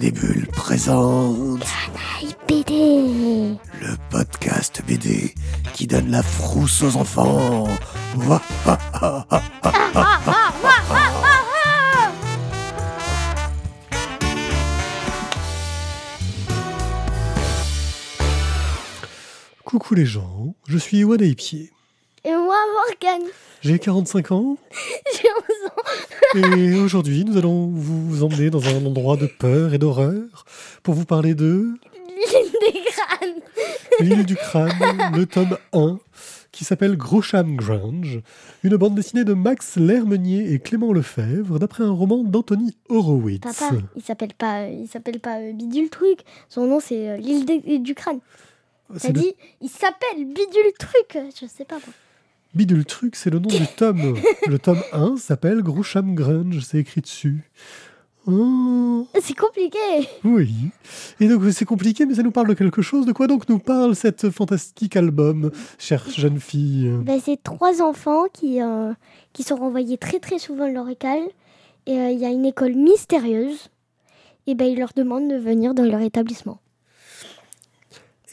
des Bulles présente BD. le podcast BD qui donne la frousse aux enfants. Ouah, ah, ah, ah. Coucou les gens, je suis Ewa Pied. Et moi, Morgane, J'ai 45 ans j'ai 11 ans. et aujourd'hui nous allons vous emmener dans un endroit de peur et d'horreur pour vous parler de L'île des crânes. L'île du crâne, le tome 1 qui s'appelle Grosham Grange, une bande dessinée de Max Lermenier et Clément Lefebvre d'après un roman d'Anthony Horowitz. Papa, il s'appelle pas, euh, il s'appelle pas euh, Bidule Truc. Son nom, c'est euh, l'île des- du crâne. C'est T'as le- dit, il s'appelle Bidule Truc. Je sais pas. moi. Bidule truc, c'est le nom du tome. Le tome 1 s'appelle Grosham Grange, c'est écrit dessus. Oh. C'est compliqué. Oui. Et donc c'est compliqué, mais ça nous parle de quelque chose. De quoi donc nous parle cette fantastique album, chère jeune fille Ben, c'est trois enfants qui, euh, qui sont renvoyés très très souvent de leur école. Et euh, il y a une école mystérieuse. Et ben, ils leur demandent de venir dans leur établissement.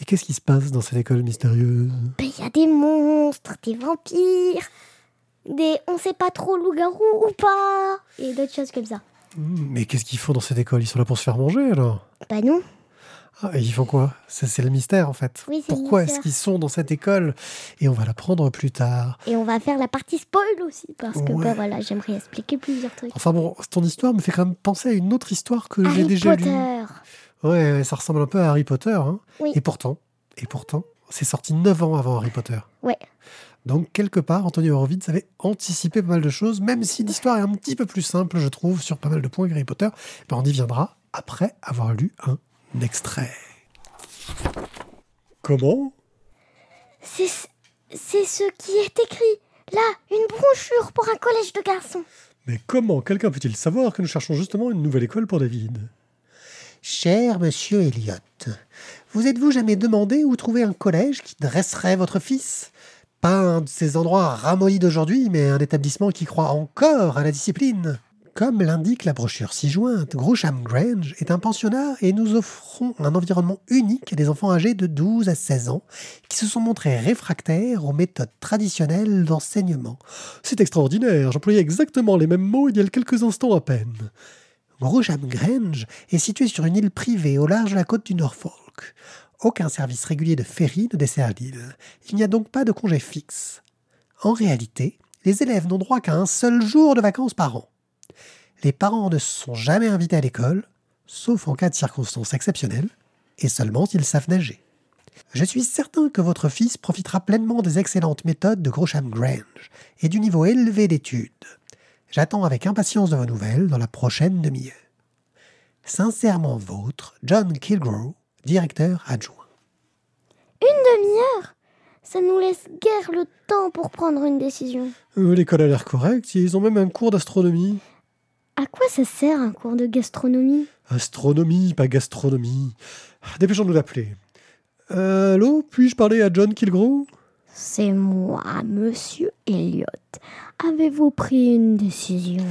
Et qu'est-ce qui se passe dans cette école mystérieuse Ben, il y a des monstres, des vampires, des on sait pas trop loup-garou ou pas, et d'autres choses comme ça. Hmm, Mais qu'est-ce qu'ils font dans cette école Ils sont là pour se faire manger alors Bah non, ah, et ils font quoi Ça, C'est le mystère en fait. Oui, c'est le Pourquoi mystère. est-ce qu'ils sont dans cette école Et on va l'apprendre plus tard. et on va faire la partie spoil aussi, parce que Ouais. ben voilà, j'aimerais expliquer plusieurs trucs. Enfin bon, ton histoire me fait quand même penser à une autre histoire que j'ai Harry déjà lue. Potter, Ouais, ouais, ça ressemble un peu à Harry Potter. hein. Oui. Et pourtant, et pourtant, c'est sorti 9 ans avant Harry Potter. Ouais. Donc, quelque part, Anthony Horowitz avait anticipé pas mal de choses, même si l'histoire est un petit peu plus simple, je trouve, sur pas mal de points que Harry Potter. Ben, on y viendra après avoir lu un extrait. Comment c'est ce- c'est ce qui est écrit. Là, une brochure pour un collège de garçons. Mais comment quelqu'un peut-il savoir que nous cherchons justement une nouvelle école pour David Cher monsieur Elliott, vous êtes-vous jamais demandé où trouver un collège qui dresserait votre fils Pas un de ces endroits ramollis d'aujourd'hui, mais un établissement qui croit encore à la discipline. Comme l'indique la brochure ci-jointe, Grosham Grange est un pensionnat et nous offrons un environnement unique à des enfants âgés de 12 à 16 ans qui se sont montrés réfractaires aux méthodes traditionnelles d'enseignement. C'est extraordinaire, j'employais exactement les mêmes mots il y a quelques instants à peine. Grosham Grange est situé sur une île privée au large de la côte du Norfolk. Aucun service régulier de ferry ne dessert l'île. Il n'y a donc pas de congé fixe. En réalité, les élèves n'ont droit qu'à un seul jour de vacances par an. Les parents ne sont jamais invités à l'école, sauf en cas de circonstances exceptionnelles, et seulement s'ils savent nager. Je suis certain que votre fils profitera pleinement des excellentes méthodes de Grosham Grange et du niveau élevé d'études. J'attends avec impatience de vos nouvelles dans la prochaine demi-heure. Sincèrement vôtre, John Kilgrew, directeur adjoint. Demi-heure Ça nous laisse guère le temps pour prendre une décision. Euh, L'école a l'air correcte, ils ont même un cours d'astronomie. À quoi ça sert un cours de gastronomie Astronomie, pas gastronomie. Dépêchons-nous d'appeler. Euh, allô, puis-je parler à John Kilgrew C'est moi, monsieur Elliot. Avez-vous pris une décision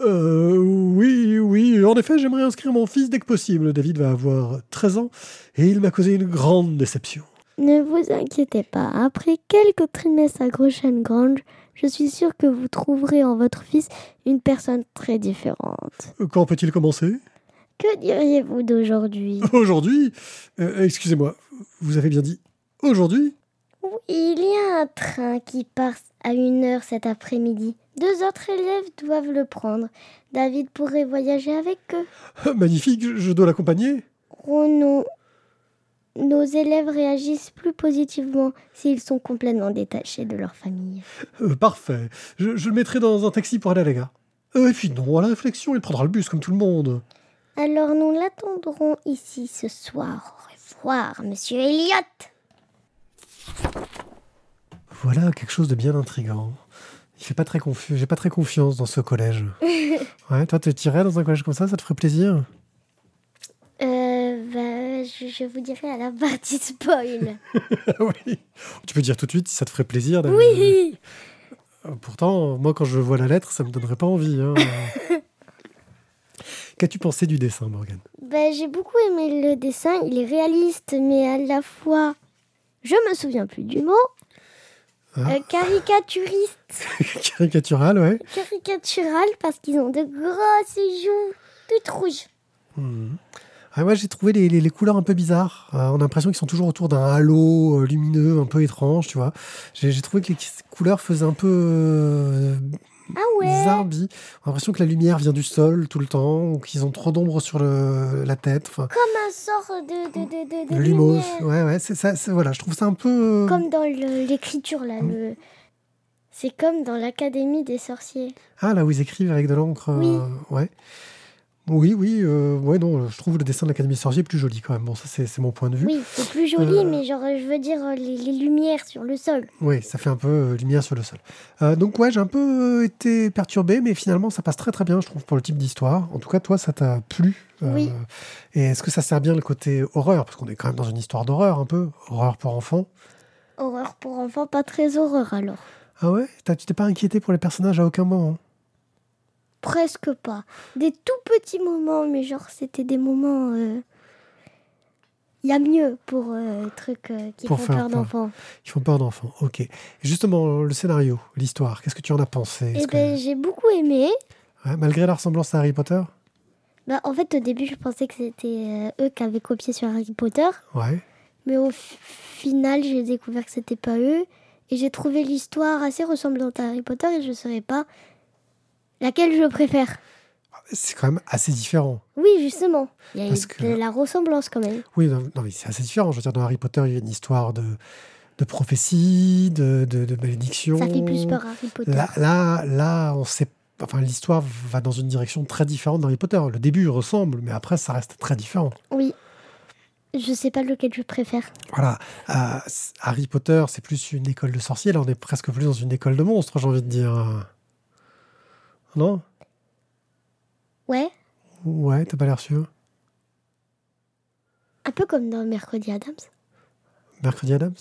Euh, oui, oui, en effet, j'aimerais inscrire mon fils dès que possible. David va avoir 13 ans et il m'a causé une grande déception. Ne vous inquiétez pas, après quelques trimestres à Groshen Grange, je suis sûre que vous trouverez en votre fils une personne très différente. Euh, Quand peut-il commencer Que diriez-vous d'aujourd'hui Aujourd'hui Euh, Excusez-moi, vous avez bien dit aujourd'hui Oui, Il y a un train qui part à une heure cet après-midi. Deux autres élèves doivent le prendre. David pourrait voyager avec eux. Euh, Magnifique, je- je dois l'accompagner Oh non Nos élèves réagissent plus positivement s'ils sont complètement détachés de leur famille. Euh, Parfait, je, je le mettrai dans un taxi pour aller à la gare. Euh, et puis non, à la réflexion, il prendra le bus comme tout le monde. Alors nous l'attendrons ici ce soir. Au revoir, monsieur Elliot. Voilà quelque chose de bien intrigant. Il fait pas très confiance, j'ai pas très confiance dans ce collège. Ouais, toi, te tirais dans un collège comme ça, ça te ferait plaisir Euh, bah, je, je vous dirai à la partie spoil. oui. Tu peux dire tout de suite si ça te ferait plaisir. d'aller- Oui Euh, Pourtant, moi, quand je vois la lettre, ça me donnerait pas envie. hein. Qu'as-tu pensé du dessin, Morgane Bah, j'ai beaucoup aimé le dessin. Il est réaliste, mais à la fois, je me souviens plus du mot. Ah. Euh, caricaturiste, Caricatural, ouais. caricatural, parce qu'ils ont de grosses joues toutes rouges. Mhm. Ah, moi, j'ai trouvé les, les- les couleurs un peu bizarres. Euh, on a l'impression qu'ils sont toujours autour d'un halo euh, lumineux un peu étrange, tu vois. J'ai j'ai trouvé que les couleurs faisaient un peu euh, Ah ouais. bizarre, bi. On a l'impression que la lumière vient du sol tout le temps, ou qu'ils ont trop d'ombre sur le- la tête. Enfin, Comme un sort de, de, de, de, de le lumos. lumière. Ouais, ouais, c'est ça. c'est- Voilà, je trouve ça un peu. euh, Comme dans le- l'écriture, là. Le... C'est comme dans l'Académie des sorciers. Ah, là où ils écrivent avec de l'encre. euh, Oui. Ouais. Oui, oui, euh, ouais, non, je trouve le dessin de l'Académie des Sorciers plus joli quand même. Bon, ça, c'est c'est mon point de vue. Oui, c'est plus joli, Euh. mais genre, je veux dire, euh, les, les lumières sur le sol. Oui, ça fait un peu euh, lumière sur le sol. Euh, donc ouais, j'ai un peu euh, été perturbé, mais finalement ça passe très très bien, je trouve, pour le type d'histoire. En tout cas, toi, ça t'a plu. euh, Oui. Et est-ce que ça sert bien le côté horreur Parce qu'on est quand même dans une histoire d'horreur un peu, horreur pour enfants. Horreur pour enfants, pas très horreur alors. Ah ouais T'as- Tu t'es pas inquiété pour les personnages à aucun moment hein Presque pas. Des tout petits moments, mais genre, c'était des moments. Il y a mieux pour euh, trucs euh, qui Pour font faire peur peur. d'enfants. Ils font peur d'enfants, ok. Et justement, le scénario, l'histoire, qu'est-ce que tu en as pensé Est-ce Et que- ben, j'ai beaucoup aimé. Ouais, Malgré la ressemblance à Harry Potter Bah, en fait, au début, je pensais que c'était euh, eux qui avaient copié sur Harry Potter. Ouais. Mais au fi- final, j'ai découvert que c'était pas eux. Et j'ai trouvé l'histoire assez ressemblante à Harry Potter et je saurais pas laquelle je préfère. C'est quand même assez différent. Oui, justement. Il y a Parce eu que- de la ressemblance quand même. Oui, non, non, mais c'est assez différent. Je veux dire, dans Harry Potter, il y a une histoire de, de prophétie, de, de, de malédiction. Ça fait plus peur Harry Potter. Là, là, là, on sait. Enfin, l'histoire va dans une direction très différente d'Harry Potter. Le début ressemble, mais après, ça reste très différent. Oui. Je sais pas lequel je préfère. Voilà. Euh, c- Harry Potter, c'est plus une école de sorciers. Là, on est presque plus dans une école de monstres, j'ai envie de dire. Non Ouais, Ouais, t'as pas l'air sûr. un peu comme dans Mercredi Adams. Mercredi Adams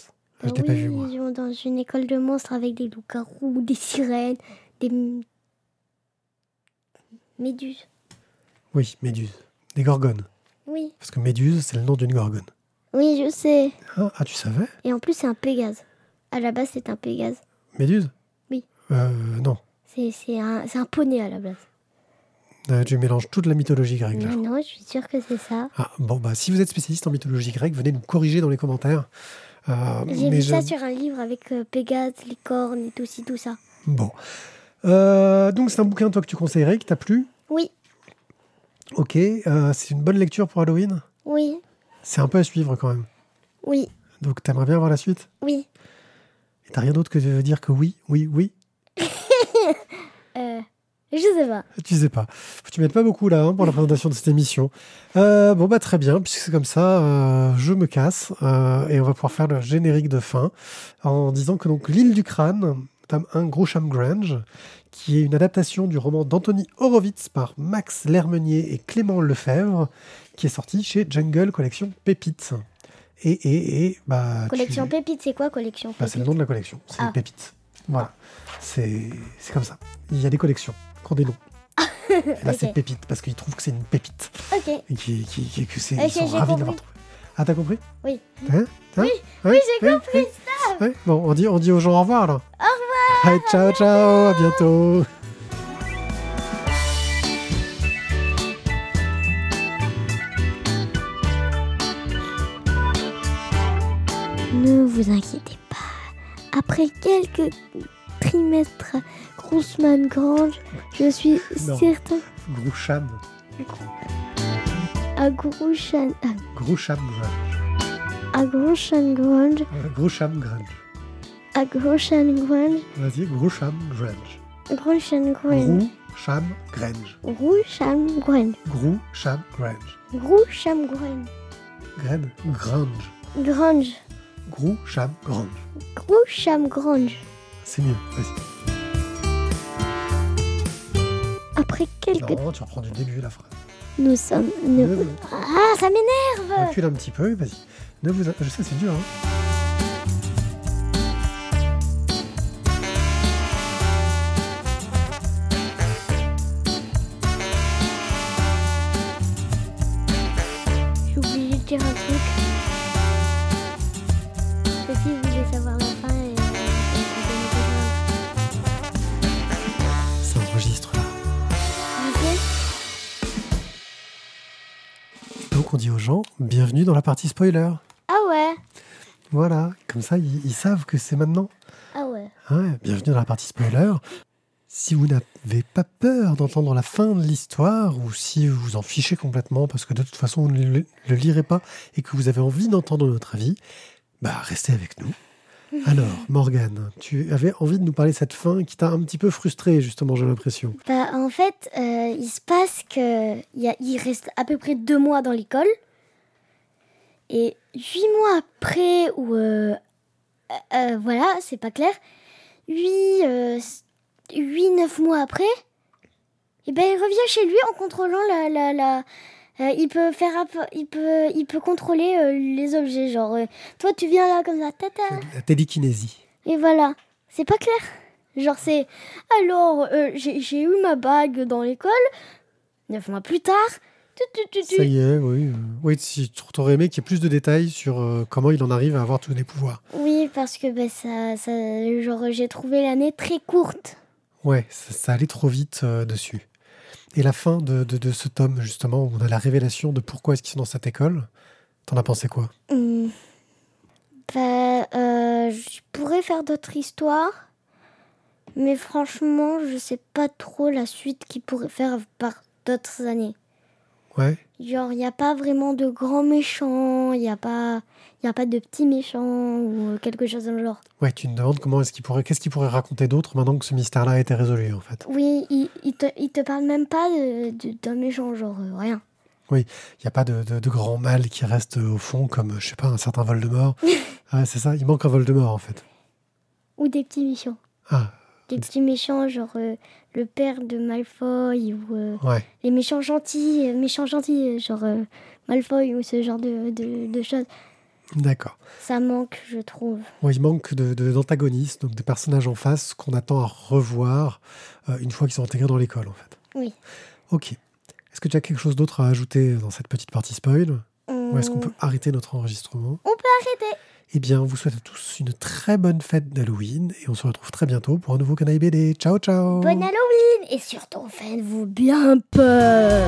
Je Ah l'ai pas oui, vu, moi. Ils vont dans une école de monstres avec des loups-garous, des sirènes, des m- méduses. Oui, Méduse. Des gorgones. Oui, Parce que Méduse, c'est le nom d'une gorgone. oui, je sais. Ah, ah, tu savais Et en plus, c'est un Pégase. À la base, c'est un Pégase. Méduse Oui. Euh, non. C'est c'est un, c'est un poney à la base. Euh, tu mélanges toute la mythologie grecque. là. Non, non, je suis sûre que c'est ça. Ah, bon, bah, si vous êtes spécialiste en mythologie grecque, venez nous corriger dans les commentaires. Euh, J'ai mais vu je- ça sur un livre avec euh, Pégase, les cornes et tout, ci, tout ça. Bon. Euh, donc, c'est un bouquin, toi, que tu conseillerais, qui t'a plu. Oui, Ok. euh, c'est une bonne lecture pour Halloween. oui, C'est un peu à suivre quand même. oui, Donc, t'aimerais bien voir la suite oui. Et t'as rien d'autre que de dire que oui, oui, oui Euh, je sais pas. Tu sais pas. Faut que Tu m'aides pas beaucoup là hein, pour la présentation de cette émission. Euh, bon bah très bien, puisque c'est comme ça, euh, je me casse euh, et on va pouvoir faire le générique de fin en disant que donc l'île du crâne, tome 1 Grosham Grange, qui est une adaptation du roman d'Anthony Horowitz par Max Lermenier et Clément Lefebvre, qui est sorti chez Jungle Collection Pépites. Et et et bah tu- Collection Pépite, c'est quoi Collection bah, c'est le Pépite nom de la collection, c'est Ah. une Pépite. Voilà, c'est c'est comme ça. Il y a des collections qui ont des noms. Et là, Ok. c'est Pépite, parce qu'ils trouvent que c'est une pépite. Ok, oui, Et qui, qui, qui- que c'est, Ok, ils sont j'ai ravis compris. de l'avoir trouvé. Ah, t'as compris Oui. Hein Hein Oui, Hein j'ai Hein compris. Hein Ouais. Bon, on dit, on dit aux gens au revoir, là. Au revoir Ciao, ciao, à bientôt Ne vous inquiétez pas. Après quelques trimestres, Grossman Grange, je suis Non. certain Groucham, à Grouchan, à- Groucham Grunge. à Grouchan Grange, Euh, Groucham Grunge. à Grouchan Grange, Vas-y, Groucham Grunge. Grouchan Grange, Groucham Grouchan Grange, Grange. Groucham Grange. Grouchan Grange, Grange. Grange. Grange, Groucham Grange. Groucham Grange. C'est mieux, vas-y. Après quelques... Normalement, tu reprends du début la phrase. Nous sommes... nous- Ne vous- Ah, ça m'énerve Recule un petit peu, vas-y. Ne vous... Je sais, c'est dur, hein. qu'on dit aux gens, bienvenue dans la partie spoiler. Ah ouais Voilà, comme ça, ils, ils savent que c'est maintenant. Ah ouais. Ouais, bienvenue dans la partie spoiler. Si vous n'avez pas peur d'entendre la fin de l'histoire, ou si vous vous en fichez complètement parce que de toute façon vous ne le, le lirez pas et que vous avez envie d'entendre notre avis, bah restez avec nous. Alors, Morgane, tu avais envie de nous parler de cette fin qui t'a un petit peu frustrée, justement, j'ai l'impression. Bah, en fait, euh, il se passe que il y a- il reste à peu près deux mois dans l'école. Et huit mois après, ou. euh, euh, euh, voilà, c'est pas clair. Huit, euh, s- huit, neuf mois après, et ben, il revient chez lui en contrôlant la. la, la- euh, il peut faire app- il peut il peut contrôler euh, les objets genre euh, toi tu viens là comme ça tata La télékinésie. et voilà, c'est pas clair. Genre c'est alors euh, j'ai j'ai eu ma bague dans l'école. Neuf mois plus tard, tu, tu, tu, tu. Ça y est, oui. euh, Oui, si tu t'aurais aimé qu'il y ait plus de détails sur euh, comment il en arrive à avoir tous les pouvoirs. oui parce que ben, ça, ça genre j'ai trouvé l'année très courte. Ouais, ça, ça allait trop vite euh, dessus. Et la fin de, de- de ce tome, justement, où on a la révélation de pourquoi est-ce qu'ils sont dans cette école, t'en as pensé quoi Hmm. Bah, euh, je pourrais faire d'autres histoires, mais franchement je sais pas trop la suite qu'ils pourraient faire par d'autres années. Ouais, Genre, il n'y a pas vraiment de grands méchants, il n'y a, pas- y a pas de petits méchants ou euh, quelque chose dans le genre. ouais, tu me demandes comment est-ce qu'il pourrait, qu'est-ce qu'il pourrait raconter d'autre maintenant que ce mystère-là a été résolu, en fait. Oui, il il te, il te parle même pas de- de- d'un méchant, genre euh, rien. Il n'y a pas de, de- de grand mal qui reste au fond, comme, je sais pas, un certain Voldemort. ah, c'est ça, il manque un Voldemort, en fait. Ou des petits méchants. Ah, Des petits méchants, genre euh, le père de Malfoy, ou euh, ouais. les méchants gentils, euh, méchants gentils, euh, genre euh, Malfoy, ou ce genre de, de, de choses. D'accord. Ça manque, je trouve. Ouais, il manque de- de- d'antagonistes, donc de personnages en face qu'on attend à revoir euh, une fois qu'ils sont intégrés dans l'école, en fait. Oui. Ok. Est-ce que tu as quelque chose d'autre à ajouter dans cette petite partie spoil Ou est-ce qu'on peut arrêter notre enregistrement On peut arrêter Eh bien, on vous souhaite à tous une très bonne fête d'Halloween et on se retrouve très bientôt pour un nouveau Canaille BD. Ciao, ciao Bonne Halloween Et surtout, faites-vous bien peur